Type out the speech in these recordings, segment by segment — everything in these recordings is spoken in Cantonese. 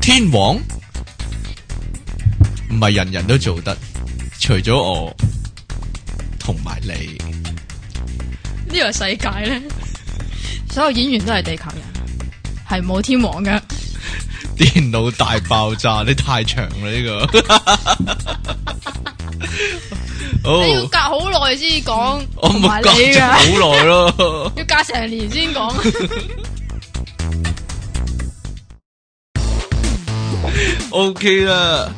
天王唔係人人都做得，除咗我同埋你。呢個世界咧，所有演員都係地球人，係冇天王嘅。電腦大爆炸，你太長啦呢、個。 好你要隔好耐先講，哦我同埋咪你講咗㗎，好耐咯。 要隔成年先講。 OK 啦，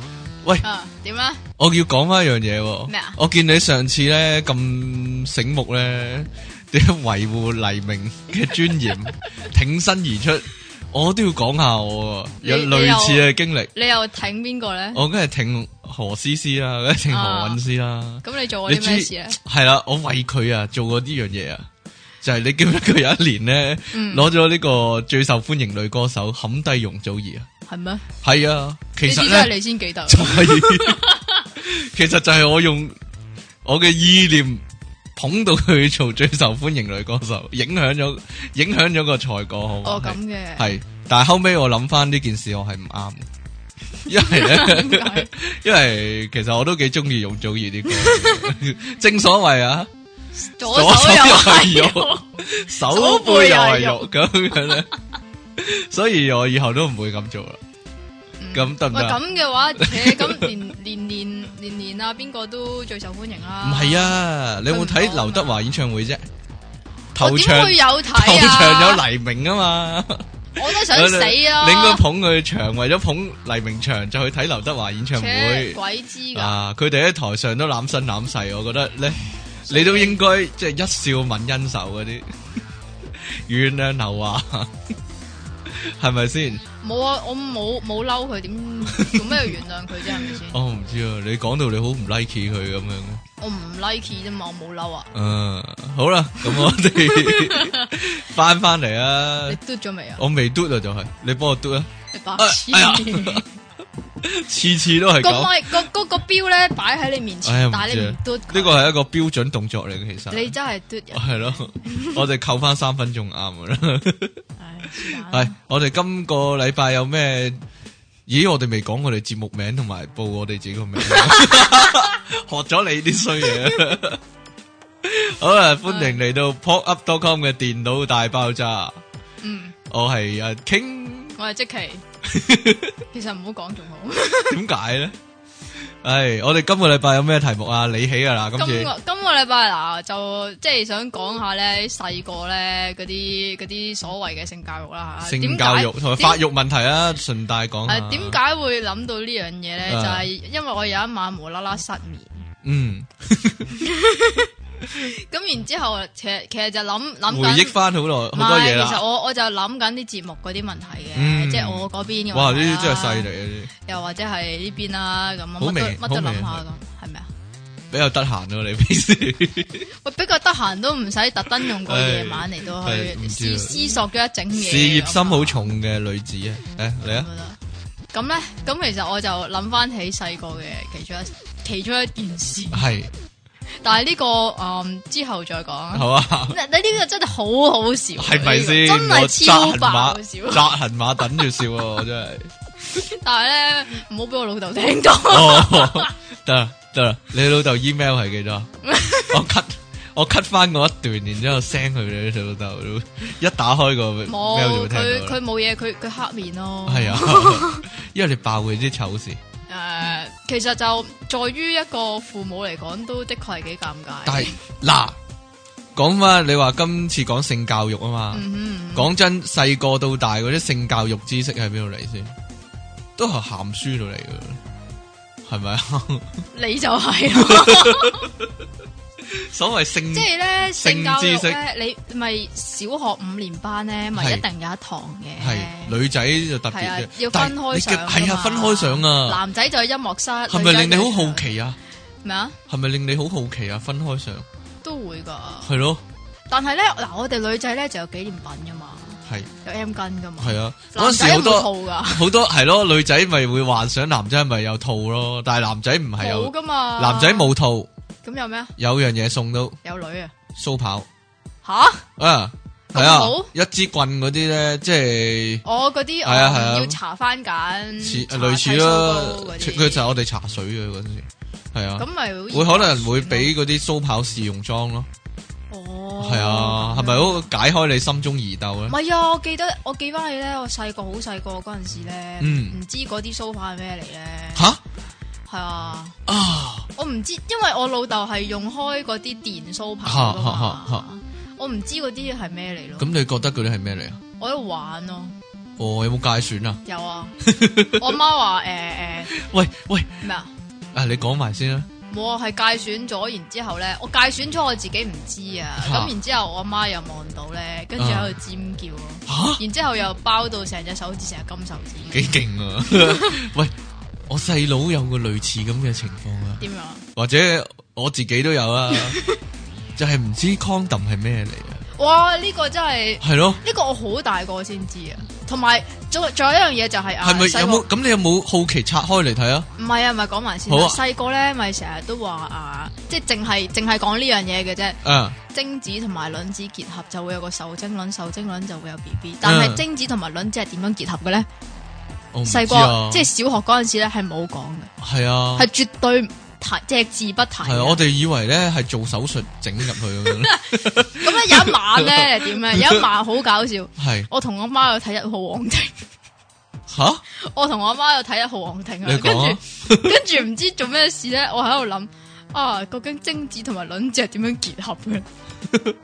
喂，啊，點啊？我要講翻一樣嘢喎。咩啊我見你上次咧咁醒目咧，點樣維護黎明嘅尊嚴，挺身而出，我都要講下我喎有你類似嘅經歷。你又挺邊個 咧？我梗係挺何詩詩啦，梗係挺何韻詩啦。咁你做過你啊啲咩知事咧？啊係啦，我為佢啊做過呢樣嘢啊，就係你記唔記得佢有一年咧嗯攞咗呢個最受歡迎女歌手冚低容祖兒啊？係咩？呢係啊，其實啲咧真係。你先 記得。就係其實就係我用我嘅意念捧到佢做最受歡迎女歌手，影響咗影響咗個才果。好哦，咁嘅。係，但係後尾我諗翻呢件事，我係唔啱嘅，因為點解咧，因為其實我都幾中意容祖兒啲 歌，正所謂啊，左左手手又又係係肉肉，，手背又係肉咁樣咧，所以我以後都唔會咁做啦。嗯咁得唔喂，得啊咁嘅話，且咁 年年年年年啊，邊個都最受歡迎唔啦。係啊，你有冇佢唔睇講啊劉德華演唱會啫？頭我場點會有頭睇啊？場有黎明啊嘛，我都想死啊！ 你應該捧佢場，為咗捧黎明場就去睇劉德華演唱且會鬼知噶，啊！佢哋喺台上都攬身攬勢，我覺得咧，你都應該即係一笑泯恩仇嗰啲， 原諒劉華，啊係咪先？冇啊！我冇冇嬲佢， 點做咩要原諒佢啫？係咪先？我唔知啊，你講到你好唔 like 佢咁樣嘅。我唔 like 啫嘛，我冇嬲啊！嗯，好啦，咁我 哋翻翻嚟啊你！嘟咗未啊？我未嘟啊，就係你幫我嘟啊！你白痴！哎呀次次都係咁咁，咪 個個個表咧擺喺你面哎呀前，但係你唔唔嘟呢佢，個係一個標準動作嚟嘅，其你實真係嘟人。係咯，我哋扣翻三分鐘啱啊噶啦。唉 是但啦係我哋今個禮拜有咩？咦，我哋未講我哋節目名同埋報我哋自己 個名，學咗你啲衰嘢。好啦，歡迎嚟到 popup.com 嘅電腦大爆炸，嗯，我係阿 King。我係即 期。其實唔好講仲好。点解咧？唉，我哋今个礼拜有咩题目啊？你起噶啦，今今次個今個禮拜嗱，就即係想講下咧細個咧嗰啲嗰啲所謂嘅性教育啦嚇。性教育點解同埋發育問題啊，順帶講下。係點？解會諗到呢樣嘢咧？啊就係因為我有一晚無啦啦失眠，嗯，咁然之後其實其實就諗回諗緊憶，翻好耐好唔多嘢係其實啦。我我就諗緊啲節目嗰啲問題嗯嘅，即係我嗰邊嘅。哇，呢啲真係犀，利啊！又或者係呢邊啦，咁啊好乜明都乜都好明諗下咁，係咪啊？比較得閒啊咯，你 平時我比較得閒都唔使特登用個 夜晚嚟到唉哎唔去知啊思思索咗一整啊嘢。事業心好重嘅女子啊！嗯诶，你啊，咁咧，咁其實我就諗翻起細個嘅其中一其中一 件事，係但係呢、個嗯之後再講啊。好啊，你你呢個真係好好笑，啊係咪先？哎呢個真我係扎超行爆馬，笑。扎行馬等住笑啊！ 我真係。但係咧，唔好俾我老 豆聽到。哦，得啦得啦，你老豆 email 係幾多 啊？我 cut 我 cut 翻嗰一段，然之後 send 佢俾你老豆，一打開個 mail 就冇會聽佢到佢啦。冇嘢，佢佢黑面咯。係啊， 因為你爆佢啲醜事，誒、其實就在於一個父母嚟講，都的確係幾尷尬。但係嗱，講翻你話今次講性教育啊嘛，嗯講真，細個到大嗰啲性教育知識喺邊度嚟先？都係鹹書度嚟嘅，係咪啊？哼，你就係 咯，所謂性即係咧性 性教育知識咧，你咪小學五年班咧，咪係一定有一堂嘅。係女仔就特別係啊嘅，，要但分係你開嘅上。係啊，分開上啊。男仔就喺音樂室。系咪女仔令你好就喺好奇啊？咩啊？系咪令你好好奇啊？分開上都會㗎，係咯，但係咧嗱，我哋女仔咧就有紀念品㗎嘛，係有 M 巾㗎嘛。係啊。嗰男陣仔時好冇套多㗎，好多係咯，女仔咪會幻想男仔咪有套咯，但係男仔唔係冇有，㗎嘛。男仔。冇套，咁有咩啊？有樣嘢送到有女啊？蘇跑吓？啊！系啊好，一支棍嗰啲咧，即系我哦嗰啲係啊係啊我要查翻緊，似查类似剃鬚啦膏嗰，啲佢就係我哋茶水嘅嗰阵时，系啊咁，咪好似会可能会俾嗰啲蘇跑試用裝咯，哦，係啊，係咪好解開你心中疑鬥唔咧？係啊，我記得我記翻起咧，我細個好細個嗰陣時咧，嗯唔知嗰啲梳化係咩嚟咧，吓係啊，啊，我唔知，因為我老豆係用開嗰啲電梳牌嚇㗎嘛嚇嚇我唔知嗰啲係咩嚟咁咯，你覺得嗰啲係咩嚟啊？我喺度玩咯，哦，有冇界選啊？有啊，我媽話誒誒喂喂，咩啊？啊你講埋先啦，我係界選咗，然之後咧，我界選咗我自己唔知啊，嚇咁然之後我阿媽又望到咧，跟住喺度尖叫咯，吓然之後又包到成隻手指成隻金手指，幾勁 啊！喂，我細佬有個類似咁嘅情況啊，點樣？或者我自己都有 啊，就係唔知 condom 係咩嚟啊？哇！呢、個真係呢、係咯。個我好大個先知啊，同埋仲仲有一樣嘢就係、啊，系咪細有個冇咁？你有冇好奇拆開嚟睇啊？唔係啊，唔係講埋先好啊。啊細個咧咪成日都話啊，即係淨係淨係講呢樣嘢嘅啫。啊，精子同埋卵子結合就會有個受精卵，受精卵就會有 B B。但係嗯精子同埋卵子係點樣結合嘅咧？我唔知細啊個，即係小學嗰陣時咧係冇講嘅，系啊係，絕對唔提隻字不提啊系啊嘅。我哋以為咧係做手術整入去咁樣， 咁咧有一晚咧 點咧？有一晚好搞笑，係我同我媽去睇一號皇庭。吓我同我媽去睇一號皇庭啊，你跟講啊住跟住唔知做咩事咧，我喺度諗啊，究竟精子同埋卵子係點樣結合 嘅？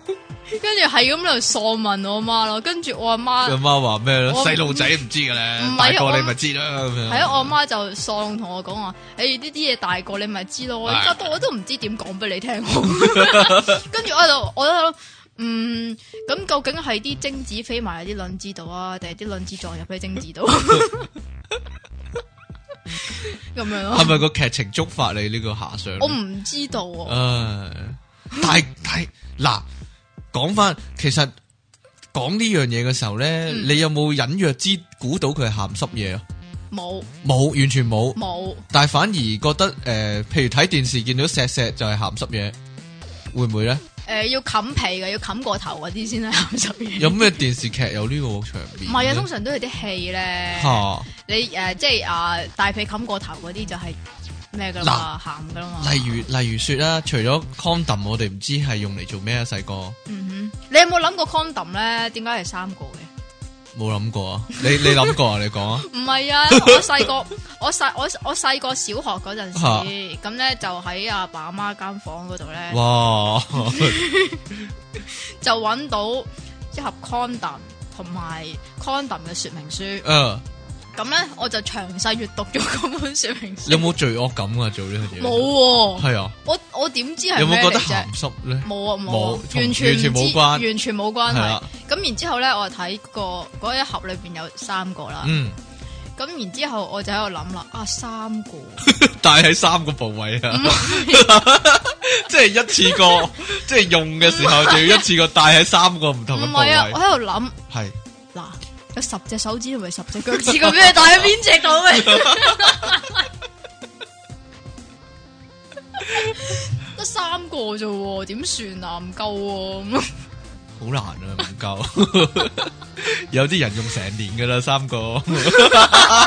跟住係咁喺度索問我阿媽咯，跟住我阿媽阿媽話咩咧？我細路仔唔知嘅咧唔，係大啊個我你咪知啦咁係啊，样。我阿媽就喪同我講話，誒呢啲嘢大個你咪知咯，係而家都我都唔知點講俾你聽。 跟住我喺度，我喺度諗，嗯，咁究竟係啲精子飛埋喺啲卵子度啊，定係啲卵子撞入啲精子度？咁樣咯係。咪個劇情觸發你呢個遐想？我唔知道喎、啊唉，但係但係嗱，講翻其實講呢樣嘢嘅時候咧，嗯你有冇隱約知估到佢係鹹濕嘢啊？冇冇，完全冇。冇但系反而覺得诶、呃譬如睇電視見到石石就係鹹濕嘢，會唔會 咧？誒要冚被嘅，要冚過頭嗰啲先係 鹹濕嘢。有咩電視劇有呢個場面？唔係啊，通常都有啲戲咧，吓，你誒、即係啊大被冚過頭嗰啲就係咩噶啦嘛，鹹噶啦嘛。例如例如说啦，除咗 condom，我哋唔知係用嚟做咩啊？細個嗯哼，你有冇諗過 condom 咧？點解係三個嘅？冇諗過啊？你你谂过啊？你講 啊？唔係啊，我細個，我細我我細個小學嗰陣嚇時，咁咧就喺阿爸阿媽間房嗰度咧，哇， 就揾到一盒 condom 同埋 condom 嘅說明書。诶，咁咧，我就詳細閱讀咗嗰本說明你有書。冇罪惡感啊？做呢樣嘢冇喎、係啊？我我點知係有冇咩覺得嚟啫？鹹濕咧？冇啊冇啊，冇同完全完全唔知冇關完全冇關係係啊啦。咁然之後咧，我就睇嗰個嗰一盒裏邊有三個啦。嗯，咁然之後我就喺度諗啦，啊 三個，但係喺三個部位啊， 即係一次過，即係用嘅時候就要一次過戴喺三個唔同嘅唔部係啊，我位，喺度諗係。嗱，有十隻手指同埋十隻腳趾，咁樣戴喺邊隻度 咪？得三個啫喎，點算啊？唔夠喎。好難啊，唔夠。 有啲人用成年噶啦，三個。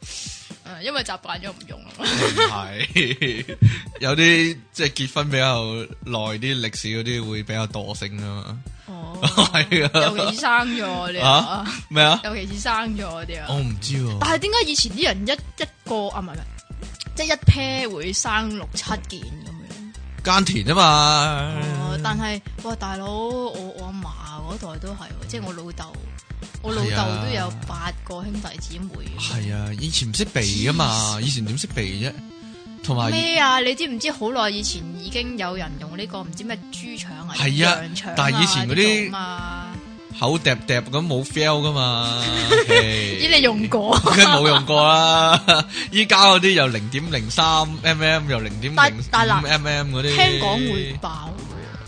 誒因為習慣咗唔用啊咯。係有啲即係結婚比較耐啲歷史嗰啲會比較惰性啊嘛。哦，係啊 尤其是生咗嗰啲啊啊，咩啊？尤其是生咗嗰啲我啊。唔知但喎。係點解以前啲人一一個啊，唔係唔係，即係一 pair 會生六七件咁樣？耕田啊嘛。哦，但係哇，大佬，我我阿嫲嗰代都係喎，即係我老豆，我老係啊豆都有八個兄弟姊妹嘅。係啊，以前唔識避噶嘛，以前點識避啫？同埋咩啊？你知唔知好耐以前已經有人用呢個唔知咩豬腸啊、係啊羊腸但係以前嗰啲呢種啊嘛，口嗒嗒咁冇 feel 噶嘛。 咦咦你用過？梗係冇用過啦， 依家嗰啲又零點零三 mm 又零點但零但嗱 mm 嗰啲，聽講會爆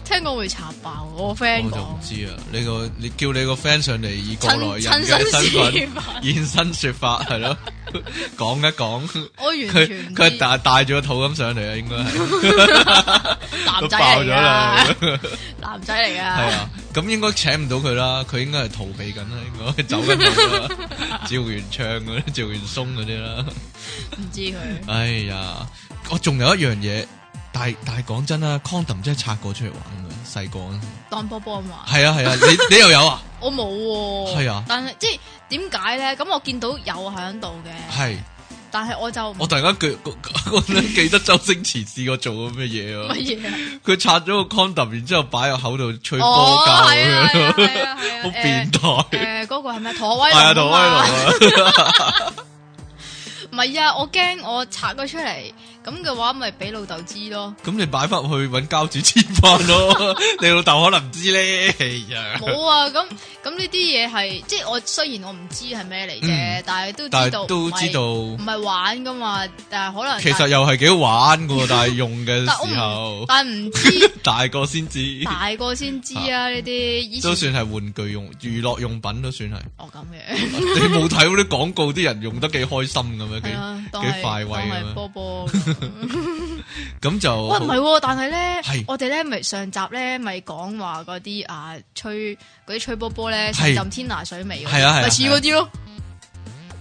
嘅，聽講會查爆。我個 friend 我就唔講知啊。你個你叫你個 friend 上嚟以過來人親親嘅身身份示範， 現身說法係咯， 講一講我完全佢唔佢知。大大住個肚咁上嚟啊，應該係 男都仔爆咗嚟啦，噶，係 男仔嚟噶，啊，咁應該請唔到佢啦，佢應該係逃避緊啦，應該 走緊路啦，趙元暢嗰啲、趙元松嗰啲啦，唔知佢哎呀，我仲有一樣嘢，但係但係講真啦，condom 真係拆過出嚟玩嘅，細個嗰陣時當波波啊嘛，係啊係啊， 你你又有啊，我冇喎，係啊但係即係點解咧？咁我見到有喺度嘅，係。但係我就唔我突然間記，我記得周星馳試過做過咩嘢啊乜？嘢啊？佢拆咗個 condom，然之後擺入口度吹波哦，膠咁係啊， 樣，係啊，係啊，好變態。誒，嗰個係咩？陀威係啊，杜威龍龍啊嘛啊， 唔係啊，我驚我拆咗出嚟，咁嘅話咪俾老豆知 咯。咁你擺翻去搵膠紙黐翻 咯。你老豆可能唔知咧，哎呀，冇啊，咁咁呢啲嘢係，即係我雖然我唔知係咩嚟嘅，但係都嗯但知道係都唔係知道，唔係玩噶嘛，但係可能其實又係幾好玩噶，但係用嘅但但時我唔候但唔 知大個先知，大個先知啊呢啲以前都算係玩具用娛樂用品都算係。哦咁嘅你冇睇嗰啲廣告，啲人用得幾開心咁樣，係啊，幾當幾係快慰當咁係樣。波波咁。咁就喂唔係喎，但係咧係，我哋咧咪上集咧咪講話嗰啲啊吹嗰啲吹波波咧，係浸天拿水味嗰啲，係啊係啊咪似係啊嗰啲咯。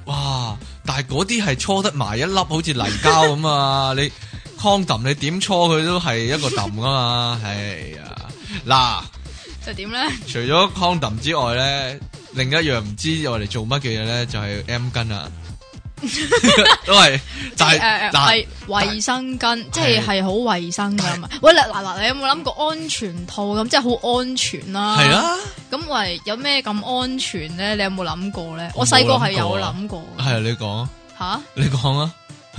哇！但係嗰啲係搓得埋一粒，好似泥膠咁 啊！你 condom 你點搓佢都係一個氹噶嘛， 係啊！嗱，就點咧？除咗 condom 之外咧，另一樣唔知我嚟做乜嘅嘢咧，就係 M 巾 啦，都係，但即係係誒但係係衛生巾，即係係係好衛生噶嘛。喂嗱嗱嗱，你有冇諗過安全套咁，即係好安全啦？係。啊，咁喂，有咩咁安全咧？你有冇諗過咧？我我冇細個係諗有過啊諗過 係啊你講，吓，你講啊，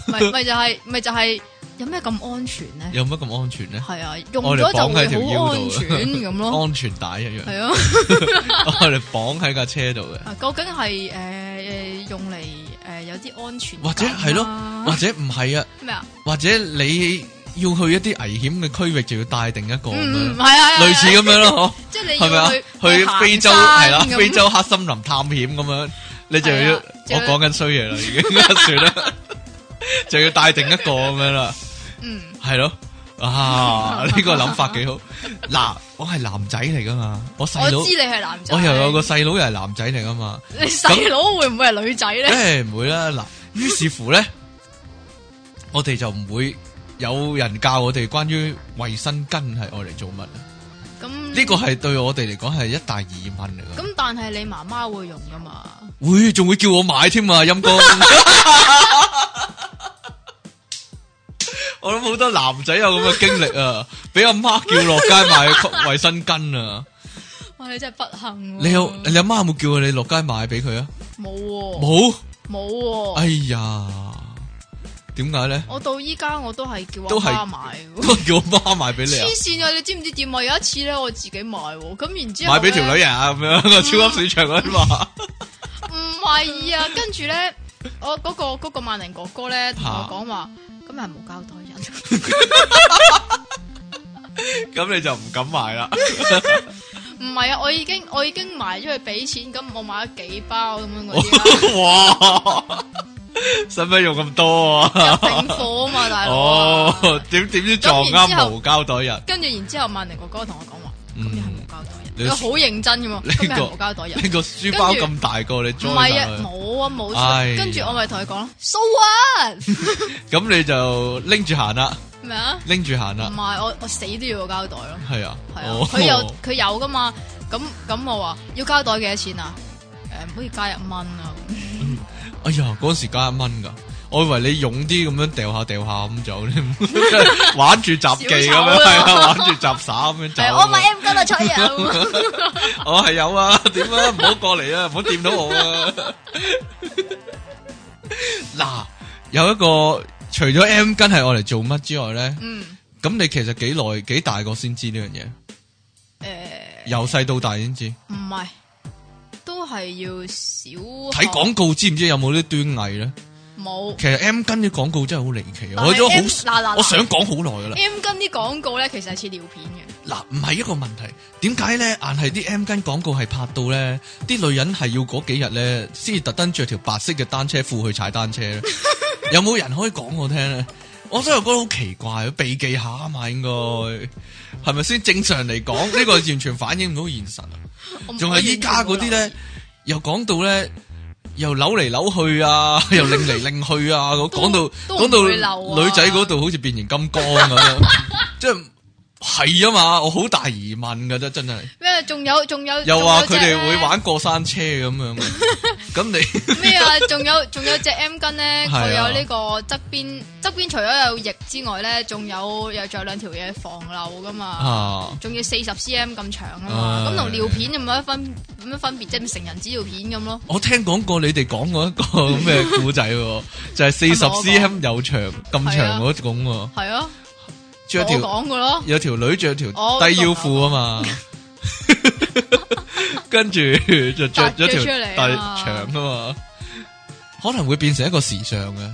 咪咪就係咪就係有咩咁安全咧？有乜咁安全咧？係啊，用我哋咗就綁喺條會腰好度安全 咁咯。安全帶一樣，哦係啊。我哋綁喺架車度嘅。啊，究竟係誒誒用嚟誒有啲安全或者感係咯啊或者唔係啊，咩啊？或者你要去一啲危險嘅區域，就要帶定一個咁樣嗯，係啊，係啊類似，咁樣咯，即係你係咪要啊去？去行非洲山係啦，咁非洲黑森林探險咁樣，你就要係我啊就要講緊衰嘢啦，已經算啦， 就要帶定一個咁樣啦，嗯係咯。 啊！呢個諗法幾好。嗱，我係男仔嚟噶嘛，我我細知佬，你係男仔，我又有個細佬又係男仔嚟噶嘛，你細佬會唔會係女仔 咧？誒唔會啦。嗱，於是乎咧，我哋就唔會有人教我哋關於衛生巾係愛嚟做乜。咁呢個係對我哋嚟講係一大疑問嚟噶，咁，但係你媽媽會用噶嘛？會仲會叫我買添啊，陰公。 我諗好多男仔有咁嘅經歷啊，俾阿媽叫落街買 衛生巾啊。哇！你真係不幸喎。你有你阿媽有冇叫你落街買俾佢啊？冇喎？冇。冇喎！哎呀，點解咧？我到依家我都係叫都係阿媽買 喎。都叫我媽買俾你啊黐，線啊！你知唔知點啊？有一次咧，我自己買喎，咁然之後買俾條呢嗯女啊咁樣，個超級市場嗰啲嘛。唔係啊， 跟住咧，我嗰、個嗰、個萬寧哥哥咧同我嚇講話，今日冇交代人，咁你就唔敢買 啦。唔係啊，我已經我已經埋咗去俾錢，咁我買咗幾包咁樣 嗰啲啦，哇，使唔使用咁多啊？一定貨啊嘛，大佬啊。哦，點點知撞咁然之啱後無膠袋人？跟住然之後，萬寧哥哥同我講話，今日係冇交代你人，佢好認真咁喎，今日係冇交代人。你個書包跟咁大個，你唔裝係啊，曬佢，冇啊，冇哎出。跟住我咪同佢講咯，so what 咁你就拎住行啦，咩啊？拎住行唔啦，係我我死都要個交代咯。係啊，系啊哦，佢有佢有噶嘛？咁咁我話要交袋幾多錢啊？诶，唔可以加一 蚊啊！哎呀，嗰時加一蚊噶，我以為你勇啲咁樣掉下掉下咁走咧，真係 玩住雜技咁樣，小丑啊係啊，玩住雜耍咁樣走係啊。我買 M 巾啊，吹啊！我係有啊， 點啊，唔好過嚟啊，唔好掂到我啊。 嗱，有一個除咗 M 巾係我嚟做乜之外咧，嗯，咁你其實幾耐幾大個先知呢樣嘢？诶，由細到大先知，唔係，都係要少睇廣告知唔知有冇啲端倪咧？冇。其實 M 巾啲廣告真係好離奇啊！但係我都 M- 好嗱嗱，嗱我想講好耐噶啦。 M 巾啲廣告咧，其實係似尿片嘅，嗱，唔係一個問題，點解咧？硬係啲 M 巾廣告係拍到咧，啲女人係要嗰幾日咧， 先至特登着條白色嘅單車褲去踩單車咧。有冇人可以講我聽咧？我真係覺得好奇怪，避忌下啊嘛，應該係咪先？正常嚟講， 呢個完全反映唔到現實啊！我仲係依家嗰啲咧，又講到咧，又扭嚟扭去 啊，又擰嚟擰去啊，咁都講到都講唔會到漏啊女仔嗰度好似變形金剛咁樣，即係係啊嘛，我好大疑問噶啫，真係咩？啊仲有仲 有又話佢仲有隻哋呢會玩過山車咁樣，咁你 咩 啊？仲有仲有隻 M 巾咧，係啊佢有呢個側邊側邊除咗有翼之外咧，仲有又仲有兩條嘢防漏噶嘛，啊仲要四十 cm 咁長啊嘛，唉咁同尿片有冇乜分有乜分別？即係成人紙尿片咁咯，我聽講過你哋講過一個咁嘅故仔 喎，就係四十係咪我 cm 有長咁長嗰種喎，係啊，我着條。講噶咯，有條女着條哦低腰褲啊嘛， 跟住就着咗條突咗出大嚟啊嘛長啊嘛，可能會變成一個時尚嘅，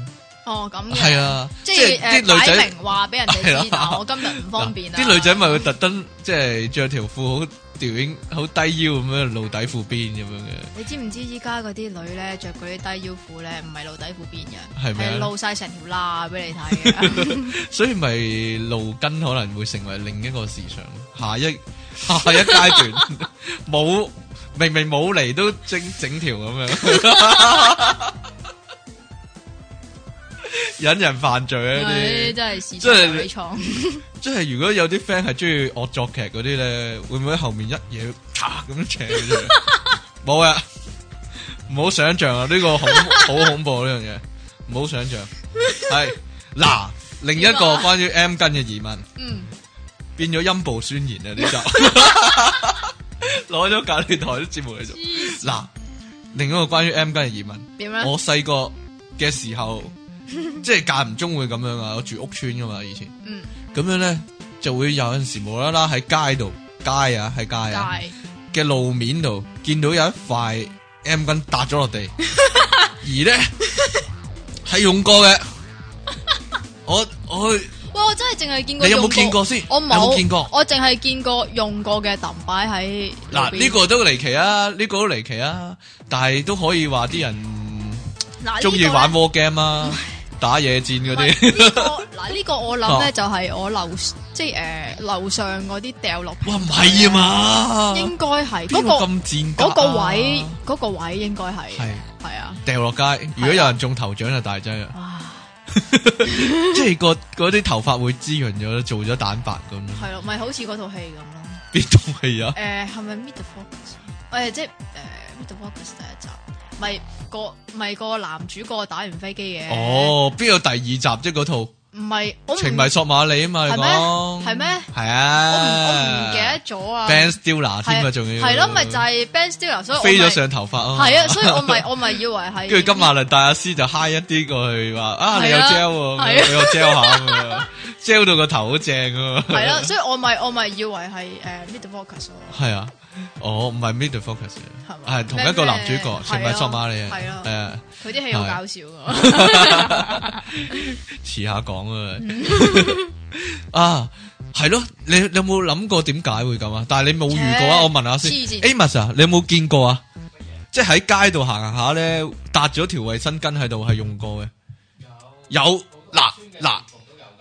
哦咁嘅，係，啊，即係係啲誒女擺仔明話俾人哋知，係啦嗱我今日唔方便啊，啲女仔咪會特登即係着條褲好吊影好低腰咁樣露底褲邊咁樣嘅，你知唔知依家嗰啲女咧着嗰啲低腰褲咧，唔係露底褲邊嘅，係咩露晒成條罅俾你 睇嘅。所以咪露筋可能會成為另一個時尚，下 一下一階段冇明明冇嚟都整整條咁樣。 引人犯罪啊！唉啲真系事即係實起創，即係如果有啲 friend 係中意惡作劇嗰啲咧，會唔會喺後面一嘢啪咁扯佢 出嚟冇啊！唔好想象啊！呢、個恐好恐怖呢樣嘢，唔好想象。係嗱，另一點個啊關於 M 巾嘅疑問。嗯，變咗陰部宣言啊！呢 集攞咗隔離台啲節目嚟做。嗱，另一個關於 M 巾嘅疑問，點咧？我細個嘅時候，即係間唔中會咁樣啊！我住屋村噶嘛，以前嗯，咁樣咧就會有陣時無啦啦喺街度，街啊喺街啊戒嘅路面度見到有一塊 M 巾搭咗落 地，而咧係用過嘅。我我 去喂，我真係淨係見過你有冇用見過先？我有冇見過。我淨係見過用過嘅抌擺喺路嗱，邊呢個都離奇啊，呢、個都離奇啊，但係都可以話啲人嗱中意玩啊呢 war game 啊，打野戰嗰個啲呢喂呢個嗱呢個我諗啊咧就係我樓即係誒樓上嗰啲掉落， 哇，唔係啊嘛，應該邊係個嗰個咁賤格啊嗰個位嗰個位應該係係係啊，掉落街，如果有人中頭獎就大劑啊，哇， 即係個嗰啲頭髮會滋潤咗，做咗蛋白咁，係咯，咪好似嗰套戲咁咯。邊度係啊？誒係咪 Meet the Focus？誒即係誒 Meet the Focus 第一集，咪個咪個男主角打完飛機嘅。，哦，邊有第二集啫？嗰套唔係我唔情迷索馬里啊嘛，你係咩講係咩？係我唔啊，我唔記得咗啊。 Ben Stiller 添啊，係仲要係咯，咪就係 Ben Stiller，所以我咪飛咗上頭髮啊嘛，係啊，所以我咪我咪以為係。跟住金馬倫大亞師就嗨一啲過去話啊，你有係啊 gel 喎，係啊俾我 gel 下咁樣，gel 到個頭好正啊！係啦，所以我咪我咪以為係誒 Meet the Focus 咯。 係啊，哦，唔係 Middle Focus，係嘛係同一個男主角，咩全咪索馬里啊，係啊係啊，佢啲戲好搞笑㗎。遲下講 啊，啊，係咯，你你有冇諗過點解會咁啊？但係你冇遇過啊？切我問下先黐線，Amos 啊，你有冇見過啊？即係喺街度行行下咧，搭咗條衛生巾喺度係用過嘅，有嗱嗱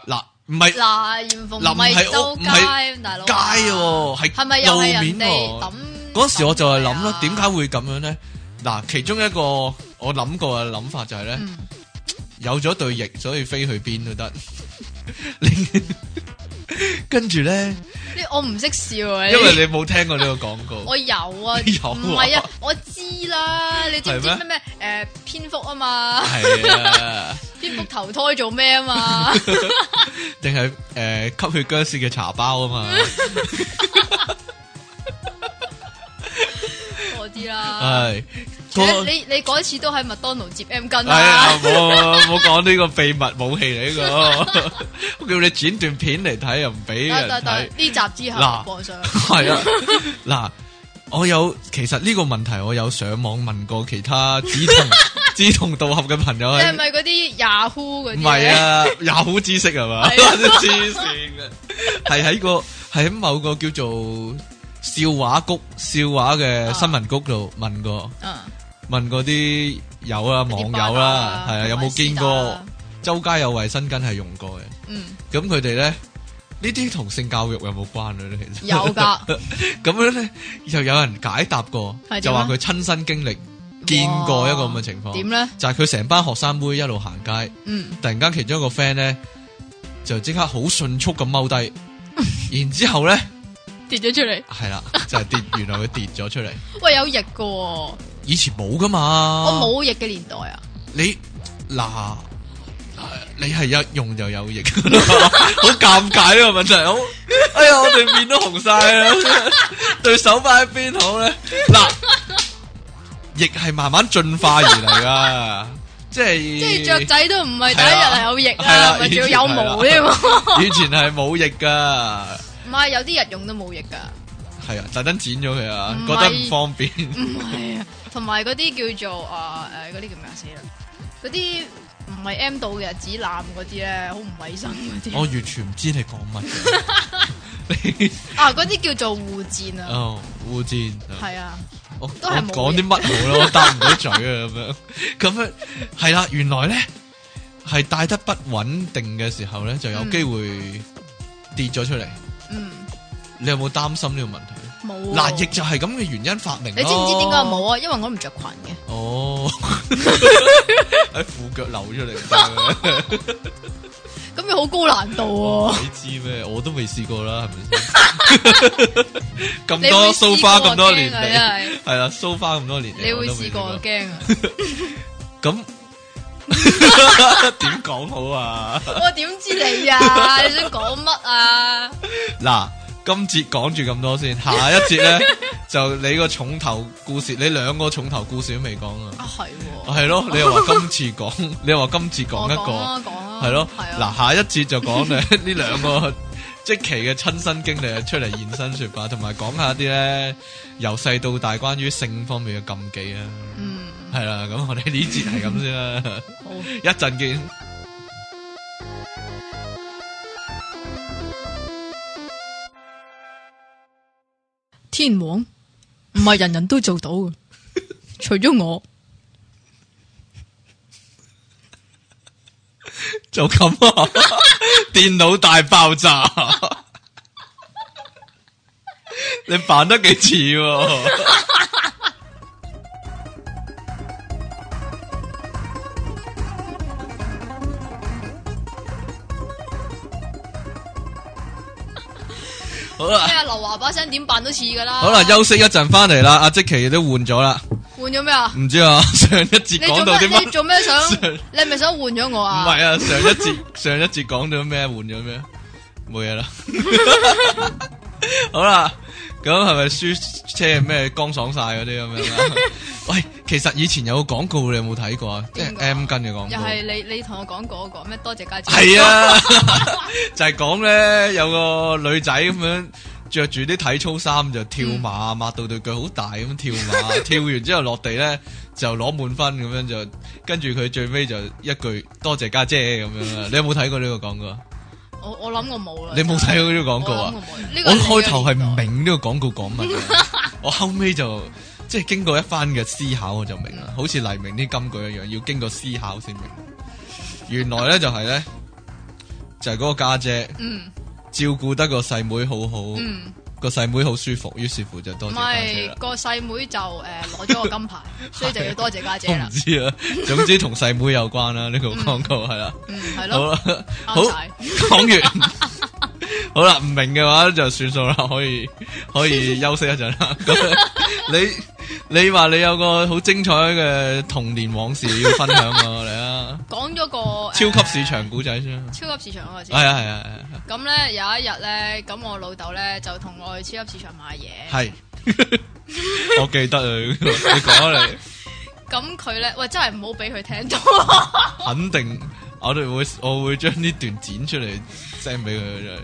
嗱，唔係。嗱，嚴鳳嗱唔唔係係我周唔係街大佬啊。街喎，係係咪又路係面人哋喎抌？嗰時我就係諗抌佢啦啊，點解會咁樣咧？嗱，其中一個我諗過嘅諗法就係咧，嗯有咗對翼，所以飛去邊都得。 另跟住咧，呢我唔識笑啊！因為你冇聽過呢個廣告，我有啊，你 有啊唔係啊，我知啦，你知唔知係咩咩誒蝙蝠啊嘛， 係啊，蝙蝠投胎做咩啊嘛，定係誒吸血僵屍嘅茶包啊嘛， 我知啦。係誒嗰你你嗰次都喺麥當勞接 M 巾系啊啦，，冇冇冇講呢個 秘密武器嚟呢個，我叫你剪段片嚟睇又唔俾得人得睇得，，呢集之後嗱播上，係啊，嗱，我有其實呢個問題我有上網問過其他 志同志同道合嘅朋友你係係，咪嗰啲 Yahoo 嗰啲？唔係，啊，有好知識係 嘛，係啊黐線嘅，係喺個係喺某個叫做笑話谷笑話嘅新聞谷度問過。嗯，問嗰啲友啦、網啲友巴打啊啦，係啊，有冇見同過埋周街有衛生巾係用過嘅。嗯，咁佢哋咧呢啲同性教育有冇關嘅咧？其實有噶，咁樣咧，就有人解答過，係點啊就話佢親身經歷 見過一個咁嘅情況。點咧？就係佢成班學生妹一路行街，嗯，突然間其中一個 friend 咧就即刻好迅速咁踎 低，然之後咧跌咗出嚟。係啦，就係跌，原來佢跌咗出嚟。喂，有翼噶、喎，以前冇噶嘛， 我冇翼嘅年代啊，你嗱。你係一用就有 型，好尷尬呢個問題，好，哎呀，我哋面都紅晒啦， 對手擺喺邊好咧？嗱，亦係慢慢進化而嚟噶，即係即係雀仔都唔係第一係日啊係有翼係啦，啦咪以前仲要有毛係添喎。 以前係冇翼噶，唔係有啲日用都冇翼噶，係啊，特登剪咗佢啊，唔覺係得唔方便，唔係啊，同埋嗰啲叫做啊誒嗰啲叫咩啊死啦，嗰啲唔係 M 到嘅指南嗰啲咧，好唔衞生嗰我啲完全唔知你講乜。你啊，嗰啲叫做護墊啊，哦，護墊係啊，我都係冇嘢我講啲乜好咯，我答唔到嘴啊咁樣，咁樣係啦，原來咧係帶得不穩定嘅時候咧，就有機會跌咗出嚟。嗯，你有冇擔心呢個問題？冇啊嗱，亦就係咁嘅原因發明。你知唔知點解？冇啊？因為我唔着裙嘅。 哦，喺褲腳流出嚟，咁要好高難度喎、你知咩？我都未試過啦， 係咪你先？咁會多試 so 過 far 咁多驚年啊嚟， 真係係啦，so far 咁多年嚟，你我會都未試過驚 啊！ 咁點講好啊？我點知 你啊？你想講乜啊？嗱，今節講住咁多先，下一節 咧就你個重頭故事，你兩個重頭故事都未講啊。啊係喎，係咯，你又話今次 講，你又話今次講我一講個，啊講啊，係咯。係嗱，啊，下一節就講咧呢 兩個即期嘅親身經歷啊出嚟現身說法，同埋講下啲咧由細到大關於性方面嘅禁忌啊。嗯，係啦，咁我哋呢節係咁先啦，好，一陣見。天王唔係人人都做 到嘅，除咗我，就咁 啊！電腦大爆炸，你扮得幾似喎？好啦，咩啊？劉華把聲點扮都似噶啦，好啦，休息一陣翻嚟啦。阿積淇都換咗啦，換咗咩啊？唔知啊，上一節你做講到啲咩？你乜？做咩 想上？你係咪想換咗我唔啊？係啊，上一節 上一節講咗咩，換咗咩，冇嘢啦。 好啦，咁係咪書車咩乾爽晒嗰啲咁樣啦？ 喂，其實以前有個廣告，你有冇睇過啊？即邊係個 M 巾嘅廣又告。係你你同我講過嗰個咩？多謝家姐。係，啊， 就係講咧，有個女仔咁樣着住啲體操衫就跳嗯馬，抹到對腳好大咁跳馬， 跳完之後落地咧就攞滿分咁樣就，跟住佢最尾就一句多謝家姐咁樣啦。你有冇睇過呢個廣告啊？我我諗我冇啦。你冇睇過呢個廣告我啊諗？我冇呢個我係你嘅開頭係唔年代明呢個廣告講乜嘅， 我後尾就即係經過一番嘅思考，我就明啦。好似黎明啲金句一樣，要經過思考先明。原來咧就係咧，就係嗰個家姐嗯照顧得個細妹好好，嗯。個細妹好舒服，於是乎就多唔謝家姐係啦。個細妹就誒攞咗個 金牌，所以就要多謝家我姐唔啦。知啊，總之同細妹有關啦，呢個廣告係啦。嗯，係好咯，啦，好啱晒。講完，好啦，唔明嘅話就算數啦，可以可以休息一陣啦。咁你你話你有個好精彩嘅童年往事要分享啊，嚟啊！講咗個超級市，呃場古仔先啊，超級市場嗰個係啊先。係啊咁咧有一日咧，咁我老豆咧就同我去超級市場買嘢。係啊，係，我記得啊，你講啊你，咁佢咧，喂，真係唔好俾佢聽到。 肯定我哋會我會將呢段剪出嚟 send 俾佢真係。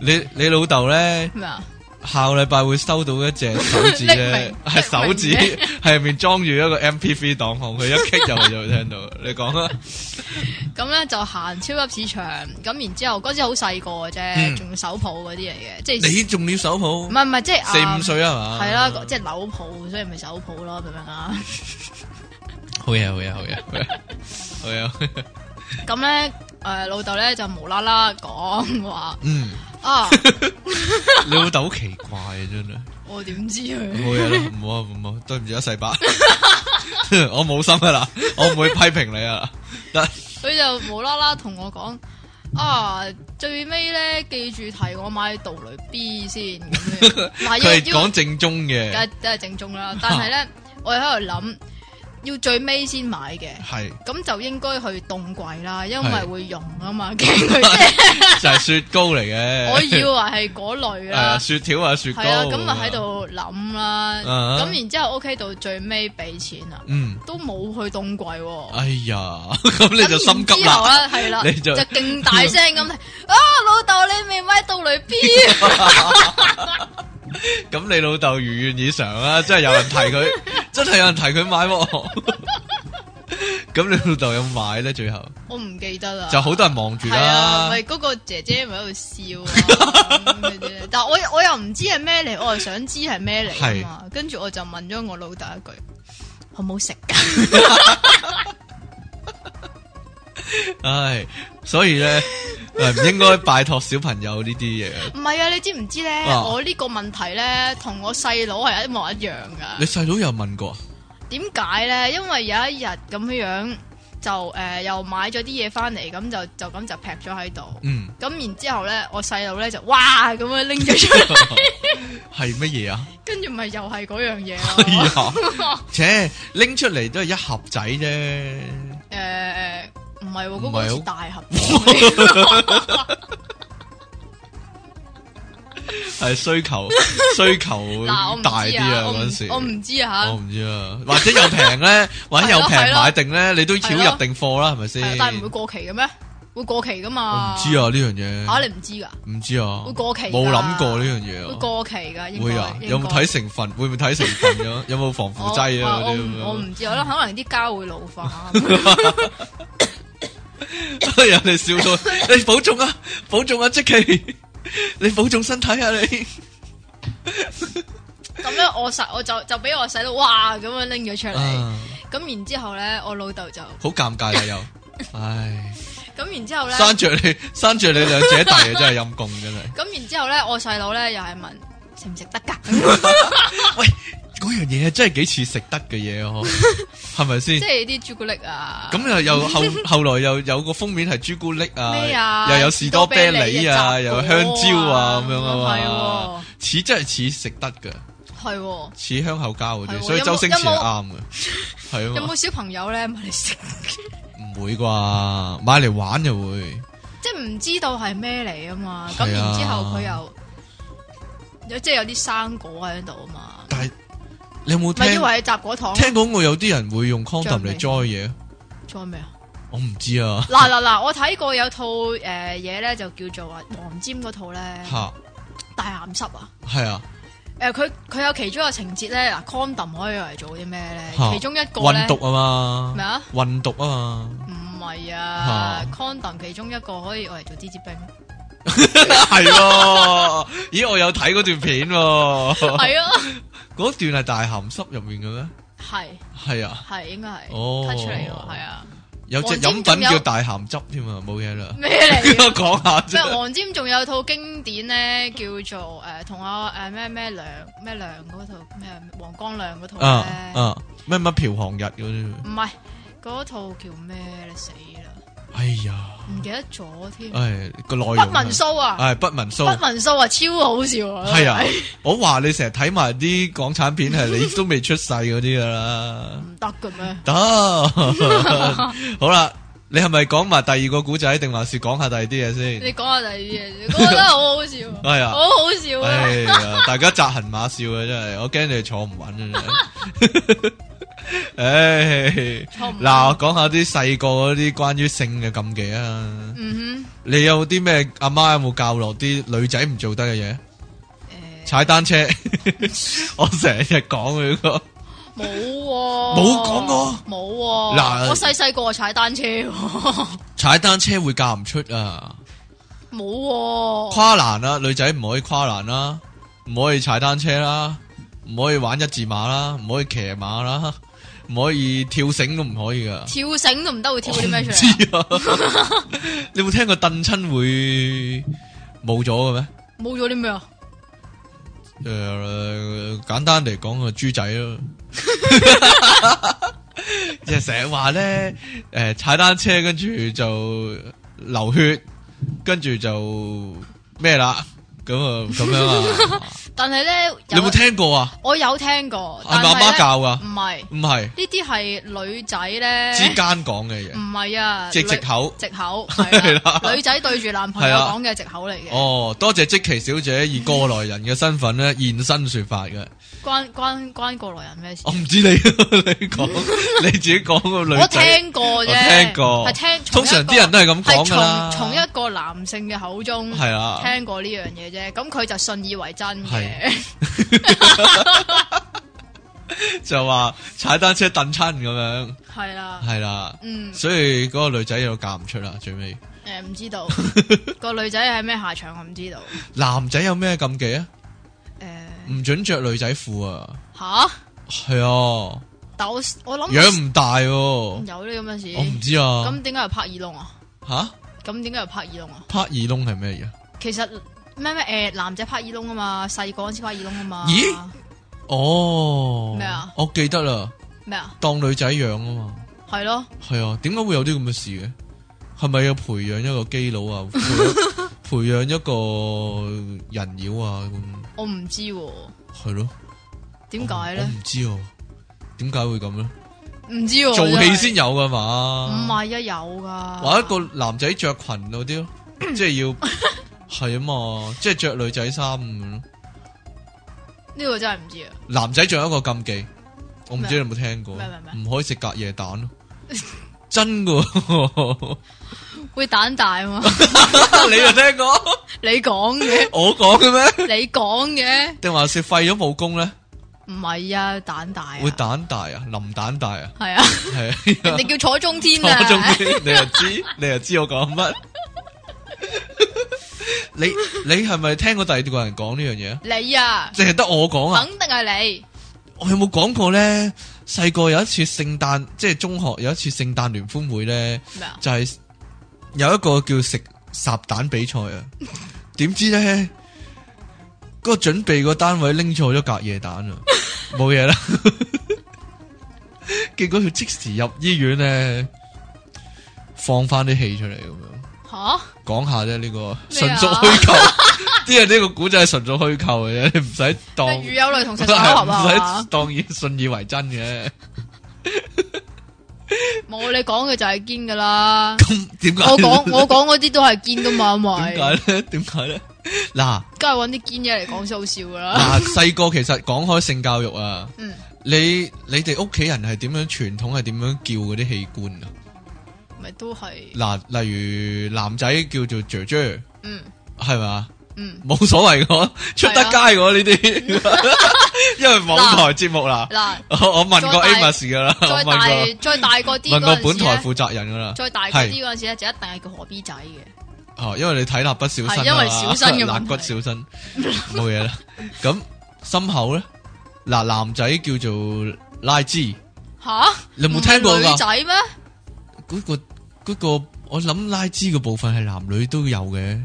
你你老豆咧？咩啊？下個禮拜會收到一隻手指 匿咧名，係匿名手指嘅係入面裝住一個 MP3 檔控，佢一 kick 入去就會聽到。 你講啊，咁咧就行超級市場，咁然之後嗰時好細個嘅嗯啫，仲手抱嗰啲嚟嘅，即係你仲要手抱唔係唔係即係四五啊歲啊嘛？係啦，即係扭抱，所以咪手抱咯，明唔明啊？好嘢好嘢好嘢好嘢好嘢！好嘢咁咧诶老豆咧就無啦啦講 話嗯，啊，你老豆好奇怪啊，真係。我點知佢？冇嘢啦，唔好啊，唔好，對唔住啊，細 伯，我冇心噶啦，我唔會批評你 啊。得佢就無啦啦同我講啊，最尾咧記住提我買杜蕾 B 先咁樣，佢嗱係要要講正宗梗嘅，係梗係正宗 啦，但係咧我係喺度諗要最尾先買嘅。係咁就應該去凍櫃啦，因為係會溶啊嘛。 驚佢即就 係雪糕嚟嘅。我以為係嗰類 係啊，啦，雪條啊，雪糕。係啊，咁咪喺。度諗啦。啊咁然之後 OK 到最尾俾錢啦，嗯，都冇去凍櫃喎。哎呀， 咁你就心急啦。啦，啊係啦，你就就勁大聲咁 提啊，老豆你未買到雷 B，咁你老豆如願以償啊，真係有人提佢， 真係有人提佢買喎。咁你老豆有冇買咧？最後我唔記得啦。就好多人望住係啊，啦咪。嗰個姐姐咪喺度笑啊，咁嗰啲 咧但我我又唔知係咩嚟，我係想知係咩嚟啊嘛，跟住我就問咗我老豆一句，好唔好食噶？唉，所以 咧，誒唔應該拜託小朋友呢啲嘢。唔係啊，你知唔知咧？啊我呢個問題咧，同我細佬係一模一樣噶你。細佬有問過啊？點解咧？因為有一日咁樣樣就誒、呃又買咗啲嘢翻嚟，咁就就咁就劈咗喺度。嗯， 咁然之後咧，我細佬咧就哇咁樣拎咗出 嚟，係乜嘢啊？跟住咪又係嗰樣嘢哎咯。 呀，且拎出嚟都係一盒仔啫。誒呃唔係喎，嗰、唔係個好好似大盒 嚟。係需 求需求嗱，我唔大知啲啊，啊我嗰唔陣時，我唔知我啊唔知啊，或者又平 咧，或者又平係咯買定咧，你都係要咯入定貨啦，係咪嚇，先？但係唔會過期嘅咩？會過期噶我唔嘛？知啊呢樣嘢，嚇你唔知㗎？唔知啊，會過期㗎冇諗過呢樣嘢會啊，過期㗎，應該會啊，應該有冇睇成分？會唔會睇成分 咁？有冇防腐我劑啊我嗰我啲唔我咁唔知，我諗可能啲膠會老化。啊 樣？有哎你笑到，你保重啊，保重啊，即奇，你保重身體啊你。咁咧，我細我就就俾我細佬哇咁樣拎咗出嚟。啊咁然之後咧，我老豆就好尷尬啦又，唉，咁然之後咧，生着你生着你兩姐弟啊，真係陰公真係。咁然之後咧，我細佬咧又係問食唔食得㗎？ 喂，嗰樣嘢真係幾似食得嘅嘢 啊，嗬係咪先即？係啲朱古力啊。咁又 又後後來又有個封面係朱古力咩啊啊，又有士多啤梨啊，士多啤梨啊又有香蕉啊咁樣啊係嘛喎，似真係似食得嘅，係喎，似香口膠嗰係啲，喎所以有冇周星馳係有冇啱嘅，係有啊嘛冇，小朋友咧問你食？ 唔會啩，買嚟玩就會，即係唔知道係咩嚟啊嘛。係啊咁然之後佢又有即係有啲生果喺度啊嘛。但係你有冇咪以聽為係雜果糖咯聽講過有啲人會用 condom 橡皮嚟栽嘢？仲有咩啊？我唔知啊，嗱嗱嗱，我睇過有套誒嘢咧，就叫做啊黃霑嗰套咧吓大鹹濕啊！係啊，誒佢佢有其中一個情節咧，嗱 condom 可以用嚟做啲咩咧？嚇其中一個運咧毒啊嘛，咩啊？運毒啊嘛，唔係啊嚇，condom 其中一個可以用嚟做芝芝冰，係喎，咦我有睇嗰段片喎。係啊， 嗰段係大鹹濕入面嘅咩？係係啊，係應該係哦 cut 出嚟喎，係啊， 有隻黃沾飲仲品有叫大鹹汁添啊，冇嘢啦。咩嚟 㗎？講下即係啫，黃霑仲有套經典咧，叫做誒同阿誒咩咩梁咩梁嗰套咩黃光亮嗰套啊咧，啊，咩乜嫖航日嗰啲，唔係嗰套叫咩咧？死啦！哎呀，唔記得咗添。唉個內容啊，嗯不文蘇啊，唉不文不蘇，文蘇啊，超好笑啊！係啊，我話你成日睇埋啲港產片係你都未出世嗰啲噶啦，唔得嘅咩？ 得，好啦，你係咪講埋第二個古仔，定還是講下第二啲嘢先？你講下第二啲嘢，我覺得好好笑 啊，係啊好好笑啊哎！呀，大家扎痕馬笑啊，真係，我驚你哋坐唔穩啊，真係。唉。錯唔嗱，講下啲細個嗰啲關於性嘅禁忌啊！嗯你有啲咩阿媽有冇教落啲女仔唔做得嘅嘢？哼，誒踩單車，我成日講佢個冇喎，冇講過冇喎。嗱我細細個踩單車喎， 踩單車會嫁唔出啊！冇喎，跨欄啦、女仔唔可以跨欄啦、唔可以踩單車啦、唔可以玩一字馬啦、唔可以騎馬啦、唔可以跳繩都唔可以噶。跳繩都唔得，會跳我啲咩唔出嚟啊？知啊！你有冇聽過蹬親會冇咗嘅咩？冇咗啲咩啊？诶、简单嚟讲個豬仔咯， 即係成日話咧，诶、踩單車跟住就流血，跟住就咩啦，咁啊咁樣啊，但係咧，你有冇聽過啊？我有聽過，係但咪阿係媽咧教噶？唔係唔係呢啲係女仔之咧，間講嘅唔嘢，係啊，即係女藉口。藉 口係啊係啦啦，女仔對住男朋友係啊啦講嘅藉口嚟嘅，哦，多謝即奇小姐以過來人嘅身份咧現身說法嘅，關關關過來人咩事我？唔知你 你講你自己講哦個女我仔，聽過啫，我聽過係聽通從一常啲個人都係咁係講噶啦，從從一個男性嘅口中係啊聽過呢樣嘢啫，咁佢就信以為真嘅係，就話踩單車蹬親咁樣， 係啦，係啦，嗯，所以嗰個女仔又嫁唔出啦，最尾誒唔知道 個女仔係咩下場，我唔知道，男仔有咩禁忌啊？誒唔准着女仔褲啊，吓，係啊，但我我諗養唔大喎，有呢咁嘅我唔事，知啊，咁點解又拍耳窿啊？吓咁點解又拍耳窿啊？拍耳窿係咩嘢啊？其實咩咩誒男仔拍耳窿啊嘛，細個嗰陣時拍耳窿啊嘛，咦哦，咩啊？我記得啦，咩啊？當女仔養啊嘛。係咯，系啊，點解會有啲咁嘅事嘅？係咪要培養一個基佬啊？ 培養培養一個人妖啊？咁我唔知喎，係咯？點解我唔？咧我唔知哦。點解會咁 咧？唔知喎，做真戲係先有噶唔嘛？係啊，有噶，或者一個男仔着裙嗰啲咯， 即係要係啊嘛，即係着女仔衫咁樣咯。呢個真係唔知啊，男仔仲有一個禁忌，我唔知你咩啊有冇聽過，咩咩咩唔可以食隔夜蛋 咯。真噶， 你會蛋大啊 嘛，又聽過？你講嘅，我講嘅咩？你講嘅，定還是廢咗武功咧？唔係啊，蛋大啊，会蛋大啊，林蛋大 啊，係 啊，系啊人，哋叫楚中天我仲啊，你又知，你又知我講乜？你你係咪聽過第二個人講呢樣嘢啊？你啊，淨係得我講啊肯！定係我有冇講過咧？細個有一次聖誕，即係中學有一次聖誕聯歡會咧，你咩啊？就係有一個叫食烚蛋比賽啊。點知咧，嗰、個準備個單位拎錯咗隔夜蛋啊，冇嘢啦。 結果佢即時入醫院咧，放翻啲氣出嚟咁樣。吓，講下啫，呢、個咩純啊屬虛構， 啲人呢個古仔係純屬虛構嘅啫，你唔使當咩魚有類同食 唔水合啊使？當以信以為真嘅。，冇你講嘅就係堅噶啦咁點解？我講我講嗰啲都係堅噶嘛，點因為解咧？點解咧？嗱梗係揾啲堅嘢嚟講先好笑噶啦，嗱，啊細個其實講開性教育啊，嗯，你你哋屋企人係點樣傳統係點樣叫嗰啲器官啊？咪都係，嗱，例如男仔叫做姐姐，嗯係嘛？嗯，冇所謂嘅，出得街嘅呢啲， 因為網台節目啦。嗱，我我問過再大 Amos 噶啦， 我再問過大 再大個啲問過嗰本陣時台咧。負責人 噶啦，再大個啲嗰陣時咧，就一定係叫何 B 仔嘅。哦，因為你睇蠟筆小新啊嘛，係因為小 新嘅問題肋骨小新，冇嘢啦。咁心口咧，嗱男仔叫做拉枝，吓？你有冇聽過唔係女㗎？仔咩？嗰個嗰個，我諗拉枝嘅部分係男女都有嘅。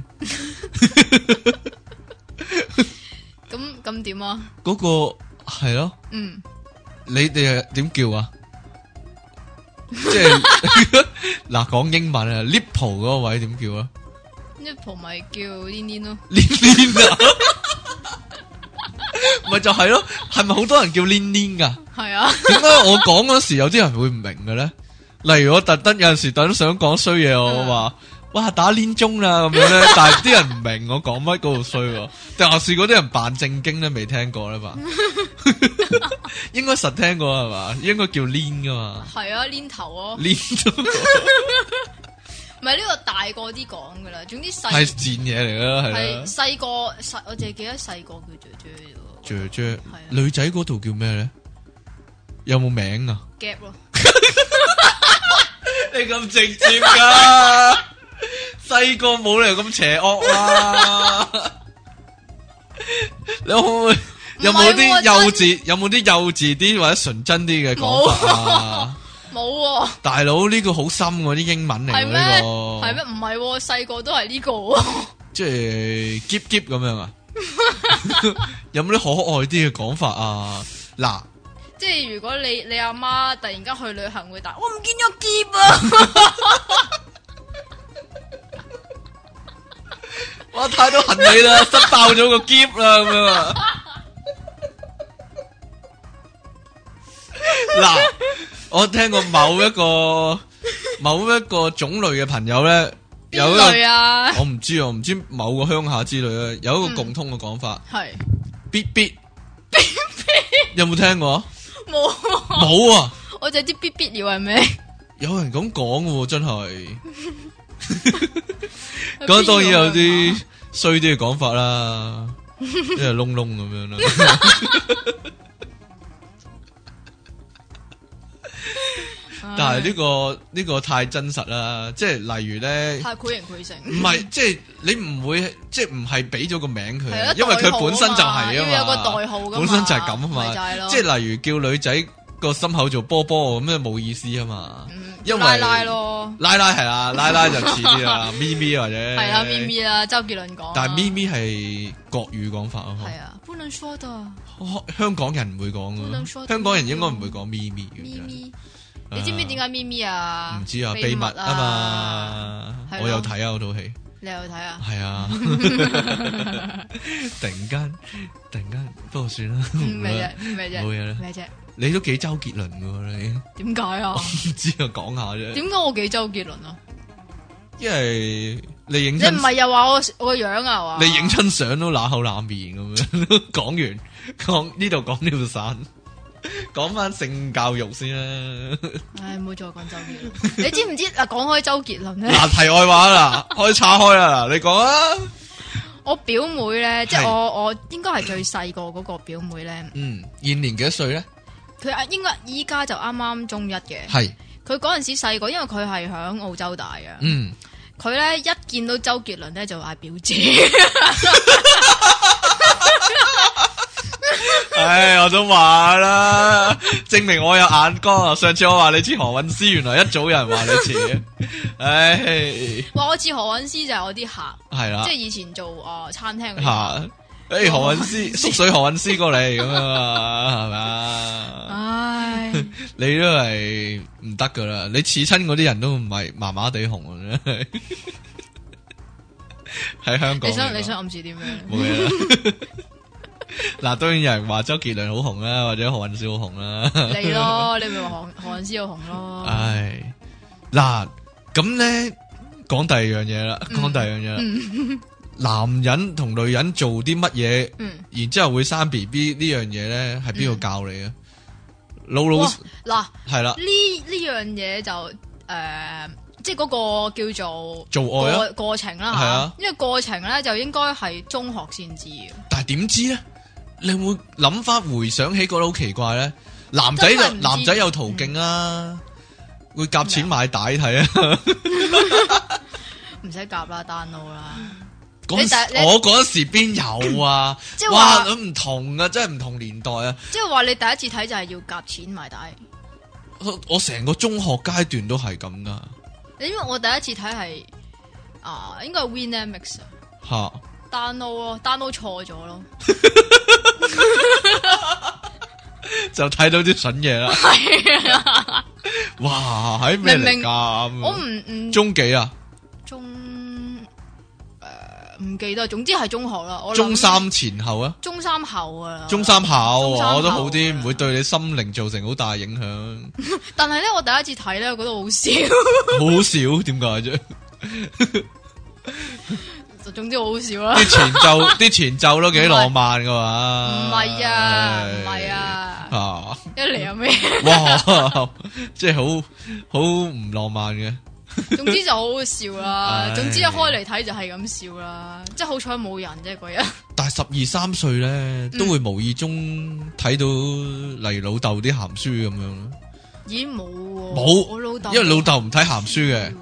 咁咁點啊？嗰個係咯，嗯，你哋係點叫啊？即係 嗱，講英文啊，nipple 嗰個位點叫啊？呢蒲咪叫黏黏咯。黏黏啊，咪就係咯，係咪好多人叫黏黏噶？係啊， 點解我講嗰時有啲人會唔明嘅咧？例如我特登有阵时特登想講衰嘢，我話嗯哇打黏中啦咁樣 咧，但係啲人唔明我講乜嗰度衰喎。但係試嗰啲人扮正經咧，未聽過咧 嘛？應該實聽過係嘛？應該叫黏噶嘛？係啊，黏頭啊。黏中唔係呢個大個啲講㗎啦。總之係細賤嘢嚟啦，係啊係啦。細個細，我淨係記得細個叫姐姐雀啫雀啊女仔嗰度叫咩咧？有冇名啊？喎，夾咯。你咁直接 噶，细个 冇理由咁邪恶啦。你可唔可以？啊唔有冇唔係啲喎幼稚？有冇啲幼稚啲或者純真啲嘅講法啊？冇喎， 大佬呢個好深喎，啲英文嚟係喎呢咩？個係咩？？唔係喎，細個都係呢個喎，即係夾夾咁 樣啊？ 有冇啲可愛啲嘅講法啊？嗱，即係如果你你阿媽突然間去旅行會打，我唔見咗箧啊！我太多恨你啦，塞爆咗個夾啦咁樣啊！嗱，我聽過某一個某一個種類嘅朋友咧，邊有一個類啊？我唔知啊，我唔知某個鄉下之類咧，有一個共通嘅講法，係必必必必，有冇聽過啊？冇啊，冇啊！ 我就知必必要 係咩？有人咁講嘅喎，真係咁當然有啲衰啲嘅講法啦，即係窿窿咁樣啦。唉，但係呢個呢個太真實啦，即係例如咧，太繪形繪形。唔係即係你唔會即係唔係俾咗個名佢係啊咯，因為代佢號本身就係嘛要有個啊代號㗎嘛本身就係咁啊咪就係嘛，咯即係例如叫女仔個心口做波波咁樣冇意思啊嘛，嗯因為拉拉咯，奶奶係啦，奶奶就似啲 啦，咪咪或者係啦，咪咪啦，周杰倫講啊。但係咪咪係國語講法啊嘛係啊，不能說的哦，香港人唔會講不能說嘅，香港人應該唔會講咪咪咪嘅，咪。你知唔知點解咪咪啊？唔知啊，秘秘密啊啊！嘛係，咯我有睇啊嗰套戲。你有睇 啊？系 啊，突然间，突然间，不过算啦，嗯冇咩啦啫？咩冇啫？嘢啦。咩啫？你都几周杰伦噶你，點解啊我？唔知啊，講下啫。點解我幾周杰倫啊？因為你影你親唔，係又話我我個樣啊？係嘛你影親相都揦口揦面咁 樣。講完，講呢度講呢度散，講翻性教育 先啦。唉，唔好再講周杰 倫。你知唔知嗱？講開周杰倫咧，嗱，題外話啦，開叉開啦，你講啊。我表妹咧，即係係我我應該係最細個嗰個表妹咧，嗯，現年幾多歲咧？佢啊應該依家就啱啱中一嘅。係，佢嗰陣時細個，因為佢係響澳洲大嘅。嗯，佢咧一見到周杰倫咧就嗌表 姐，唉，我都話啦，證明我有眼光啊！上次我話你似何韻詩，原來一早有人話你似，唉，話我似何韻詩就係我啲客，係啦即係，以前做啊餐廳嗰啲客。吓，诶，何韻詩， 縮水何韻詩過嚟咁樣啊，係咪 啊？唉，你都係唔得噶啦，你似親嗰啲人都唔係麻麻地紅啊，真係 喺香港嚟 你講。想你想暗示啲咩？冇嘢啦。 嗱，當然有人話周杰倫好紅啦，或者何韻詩好紅啦。你咯，你咪話何何韻詩好紅咯。唉，嗱，咁咧講第二樣嘢啦，嗯講第二樣嘢啦。男人同女人做啲乜嘢，嗯，然之後會生 B B 呢樣嘢咧，係邊個教你啊？老老哇，嗱係啦呢，呢樣嘢就誒，即係嗰個叫做做愛啊，過過程啦係嚇啊。因為過程咧就應該係中學先知嘅，但係點知咧？你會諗翻回想起覺得好奇怪咧？男仔真係就唔知嗯男仔有途徑啊，會夾錢買帶睇啊。唔使夾啦，download 啦。 嗰陣時你第你我嗰陣時邊有啊？ 即係哇，話咁唔同啊，真係唔同年代啊！即係話你第一次睇就係要夾錢買帶。我我成個中學階段都係咁噶你因為我第一次睇係啊，應該係 Winamix 啊吓， download 咯，download 錯咗 咯，就睇到啲筍嘢 啦。係啊，哇，喺咩嚟明明㗎？咁樣我唔唔中幾啊？中誒唔記得，總之係中學啦。我諗中、三前後啊？中三後啊，中三後中三後啊我都好啲，唔會對你心靈造成好大影響。但係咧，我第一次睇咧，我覺得好笑，好少點解啫？ 總之好笑啦。啲前 奏啲前奏都幾浪漫㗎嘛？唔係啊，唉唔係。啊，啊！一嚟有咩？哇， 即係好好唔浪漫嘅。總之就好好笑啦唉。總之一開嚟睇就係咁笑啦，即係好彩冇人啫嗰日。但系十二三歲咧，嗯都會無意中睇到例如老豆啲鹹書咁樣，咦冇喎，冇哦我老豆因為老豆唔睇鹹書嘅，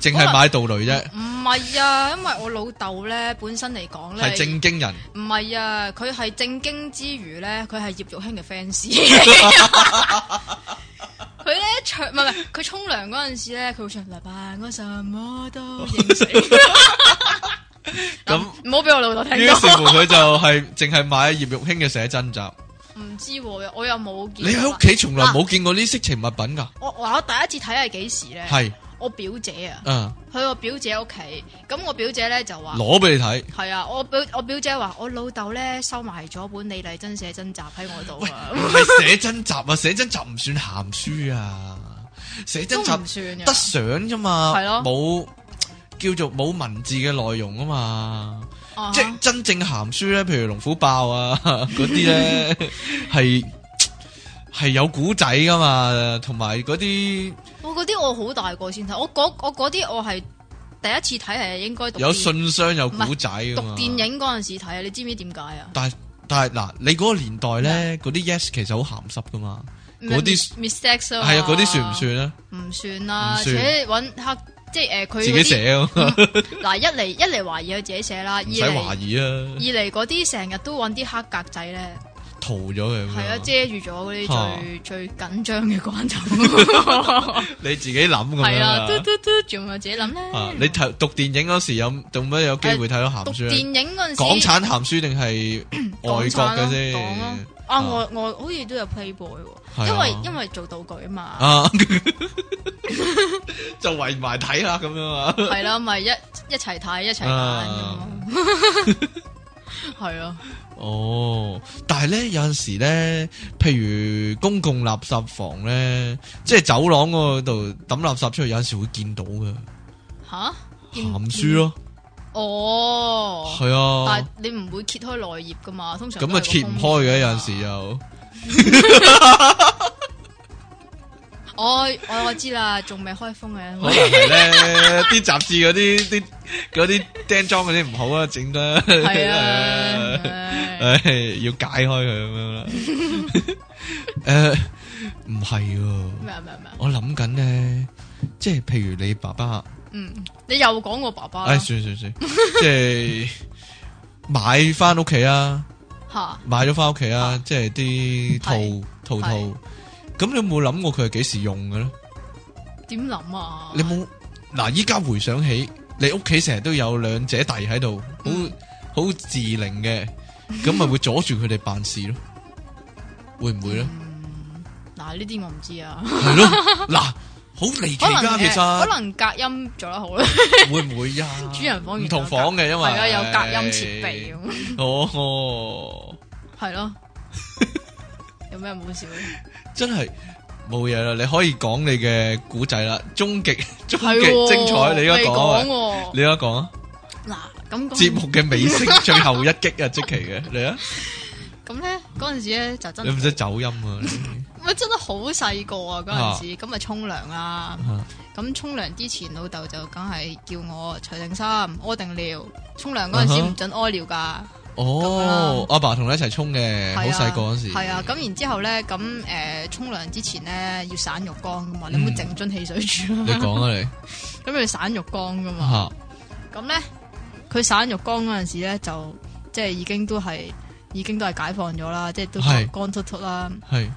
淨係買道雷啫。唔係啊，因為我老豆咧本身嚟講咧系正經人，唔係啊，佢係正經之餘咧，佢係葉玉卿嘅 fans。佢咧唱唔係唔係，佢沖涼嗰陣時咧，佢會唱嚟吧，我什麼都認識。咁唔好俾我老豆聽於到。是乎佢就係淨係買葉玉卿嘅寫真集。唔知喎，我又冇見你過。喺屋企從來冇見過呢色情物品噶？我我我第一次睇係幾時咧？係，我表姐啊，嗯，去我表姐屋企，咁我表姐咧就話。攞俾你睇。係啊，我表我表姐話我老豆咧收埋咗本李麗珍寫真集喺我度啊，唔係寫真集啊， 寫真集唔算鹹書啊，寫 都真唔集算嘅得。相啫嘛，係咯冇叫做冇文字嘅內容啊嘛，啊哈即係真正鹹書咧，譬如龍虎豹啊 嗰啲 咧，係係有古仔噶嘛，同埋嗰啲我嗰啲我好大個先睇，我嗰我嗰啲我係第一次睇係應該讀有電信啊箱有古仔噶讀嘛。電影嗰陣時睇啊，你知唔知點解啊？但係但係嗱，你嗰個年代咧，嗰啲 yes 其實好鹹濕噶嘛，嗰啲 mistakes 啊嘛，係啊，嗰啲算唔算咧？唔算啦，唔算且揾黑即係誒佢自己嗰啲寫啊，嗱一嚟一嚟懷疑佢自己寫啦，二唔使懷嚟疑啊二。嚟嗰啲成日都揾啲黑格仔咧。逃咗佢。咁系啊，樣遮住咗嗰啊啲最最緊張嘅關頭，你自己諗咁樣 係啊，啊嘟。嘟嘟，仲有自己諗啊咧。你睇讀電影嗰時有做咩有機會睇到讀鹹書電咧？影嗰陣時，港產鹹書定係外國嘅港產咯港咯先？啊，我我好似都有 Playboy 係啊喎，因為因為做道具 啊嘛，啊，就圍埋睇啦咁樣啊。係啦，咪一一齊睇一齊揀咁啊咯， 係啊，哦，但係咧有陣時咧，譬如公共垃圾房咧，即係走廊嗰度抌垃圾出去，有陣時會見到嘅吓見鹹書，咯，哦，係但係啊，你唔會揭開內頁噶嘛，通常咁啊揭唔開嘅有陣時。又我哦我我知啦，仲未開封嘅。可能係咧，啲雜誌嗰啲啲嗰啲釘裝嗰啲唔好啊，整得系啊，係啊唉 唉，要解開佢咁樣 啦。诶，唔係喎，咩啊咩啊咩啊，我諗緊咧，即係譬如你爸爸，嗯，你又講我爸爸唉，啦，算算 算，即係買翻屋企啊，吓買咗翻屋企啊啊，即係啲係套套套係。咁你有冇諗過佢係幾時用嘅咧？點諗啊？你冇嗱？依家回想起，你屋企成日都有兩姐弟喺度，好嗯好自靈嘅，咁咪會阻住佢哋辦事咯？會唔會 咧？嗯嗱呢啲我唔知啊，係咯，嗱，好離奇可能噶， 其誒可實能隔音做得好啦，會唔會呀？主人房唔同房嘅， 因為係啊有隔音設備咁，哦，係 咯，有咩好笑？真係冇嘢啦，你可以講你嘅古仔啦，終極 終係極喎精彩，你而未家講啊講，喎你而家講啊，嗱咁講節目嘅尾 聲最後一擊啊，即期嘅，你啊，咁咧嗰陣時咧就真你唔使走音啊你。咪真係好細個啊嗰陣時，咁咪沖涼啦。啊咁沖涼之前，老豆就梗係叫我除定衫、屙定尿。沖涼嗰陣時啊哈唔准屙尿噶，哦，咁阿爸同你一齊沖嘅，好係啊細個嗰時。係啊，咁然之後咧，咁誒沖涼之前咧要散浴缸噶嘛，你唔好嗯淨樽汽水住你啦。講啊啊你 咁要散浴缸噶嘛，吓，咁咧佢散浴缸嗰陣時咧，就即係已經都係已經都係解放咗啦，即係都係乾突突啦。係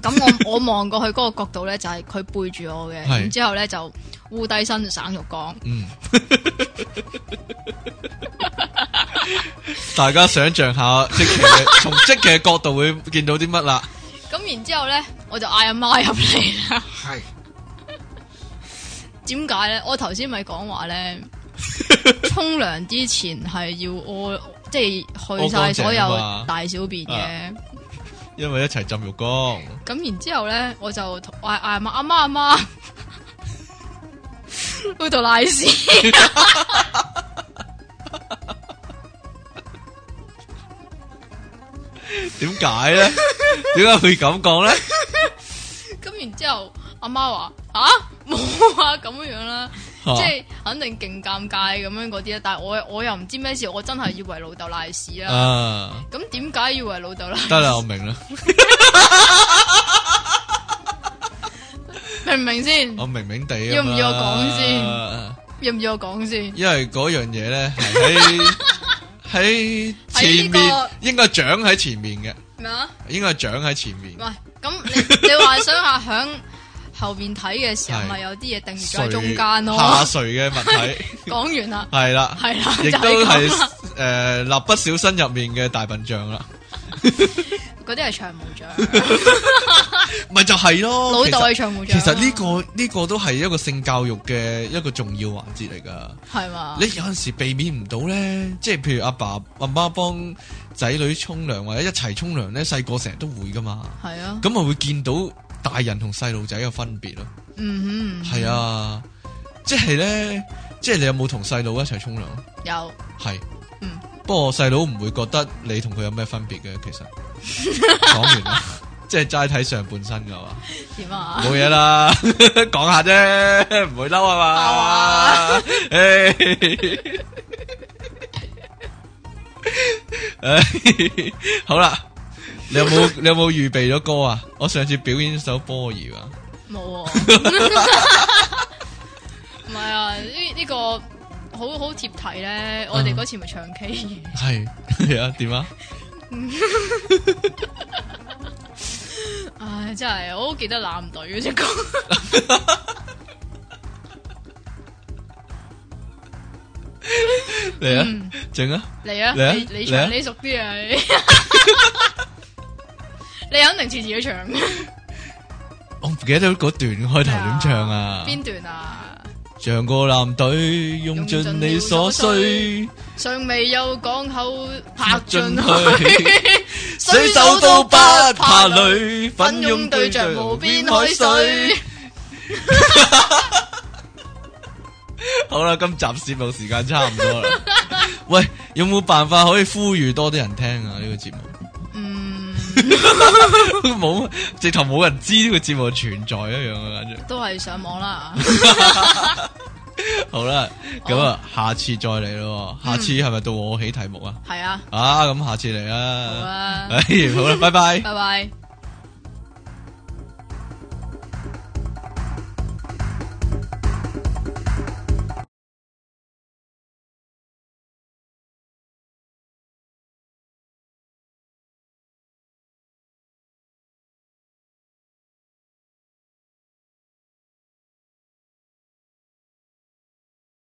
咁我我望過去嗰個角度咧，就係佢背住我嘅，係然之後咧就烏低身散浴缸。嗯。 大家想象下，即其嘅從即其嘅角度會見到啲乜啦？咁然之後咧，我就嗌阿媽入嚟啦。 係點解咧？我頭先咪講 話咧，沖涼之前係要屙，即係去晒所屙乾淨啊嘛啊有大小便嘅。因為一齊浸浴缸，咁然之後咧，我就同嗌嗌阿媽阿媽阿媽， 嗰度瀨屎。點解咧？點解會咁講咧？咁然之後阿媽話：啊冇啊咁樣樣啦，嚇即係肯定勁尷尬咁樣嗰啲啦。啊但係我我又唔知咩事，我真係以為老豆瀨屎啦。啊，咁點解以為老豆瀨？得啦，我明啦，明唔明先？我明明地啊要唔要我講先先？要唔要我講先？因为嗰样嘢咧系 喺喺前喺面呢，应该奖喺前面嘅，咩啊？应该奖喺前面唔。係咁你你幻想下響後边睇嘅時候，係咪有啲嘢定住咗垂喺中間下咯？垂嘅 物體講完啦，係啦，係啦，亦就都係咁啊係啦诶《蠟筆小新》入面嘅大笨象啦，嗰啲係長毛 象，咪就係咯。老豆其係實長毛其象。啊實呢個呢個都係一個性教育嘅一個重要環節嚟㗎。個係嘛？你有阵时避免唔到咧，即係譬如阿爸阿媽幫仔女沖涼或者一齊沖涼咧，細個成日都會㗎嘛。係啊，咁咪會見到大人同細路仔嘅分別咯。嗯哼，係啊，即係咧，即係你有冇同細路一齊沖涼？啊有係，嗯，不過細佬唔會覺得你同佢有咩分別嘅，其實 講完啦，即係齋睇上半身噶嘛，點啊冇？嘢啦， 講下啫，唔會嬲啊嘛， 唉唉好啦，你有冇你有冇預備咗歌啊？我上次表演首波兒啊，冇喎，唔係啊，呢呢個好好貼題咧。我嗯哋嗰次咪唱 K 嘅，係 係啊，點啊？唉，真係我好記得艦隊嗰只歌， 嚟啊嗯，整啊！嚟啊，嚟啊你你嚟啊唱你熟啲啊， 你你肯定次次都唱我唔記得咗嗰段開頭點唱啊？邊段啊？像個艦隊，用盡你所需，尚未有港口拍進進去 去，水手都不怕。累，奮奮勇勇對對着着無無邊邊海海水水。。 好啦，今集節目時間差唔多 啦。喂，有冇辦法可以呼籲多啲人聽啊？呢、個節目嗯， 冇，直頭冇人知呢個節目存在一樣啊！簡直都係上 網啦。好啦，咁啊，下次再嚟咯。下次係咪到我起題目啊？係啊，啊，咁下次嚟好啦。啊，哎哎，好啦，拜拜。拜拜。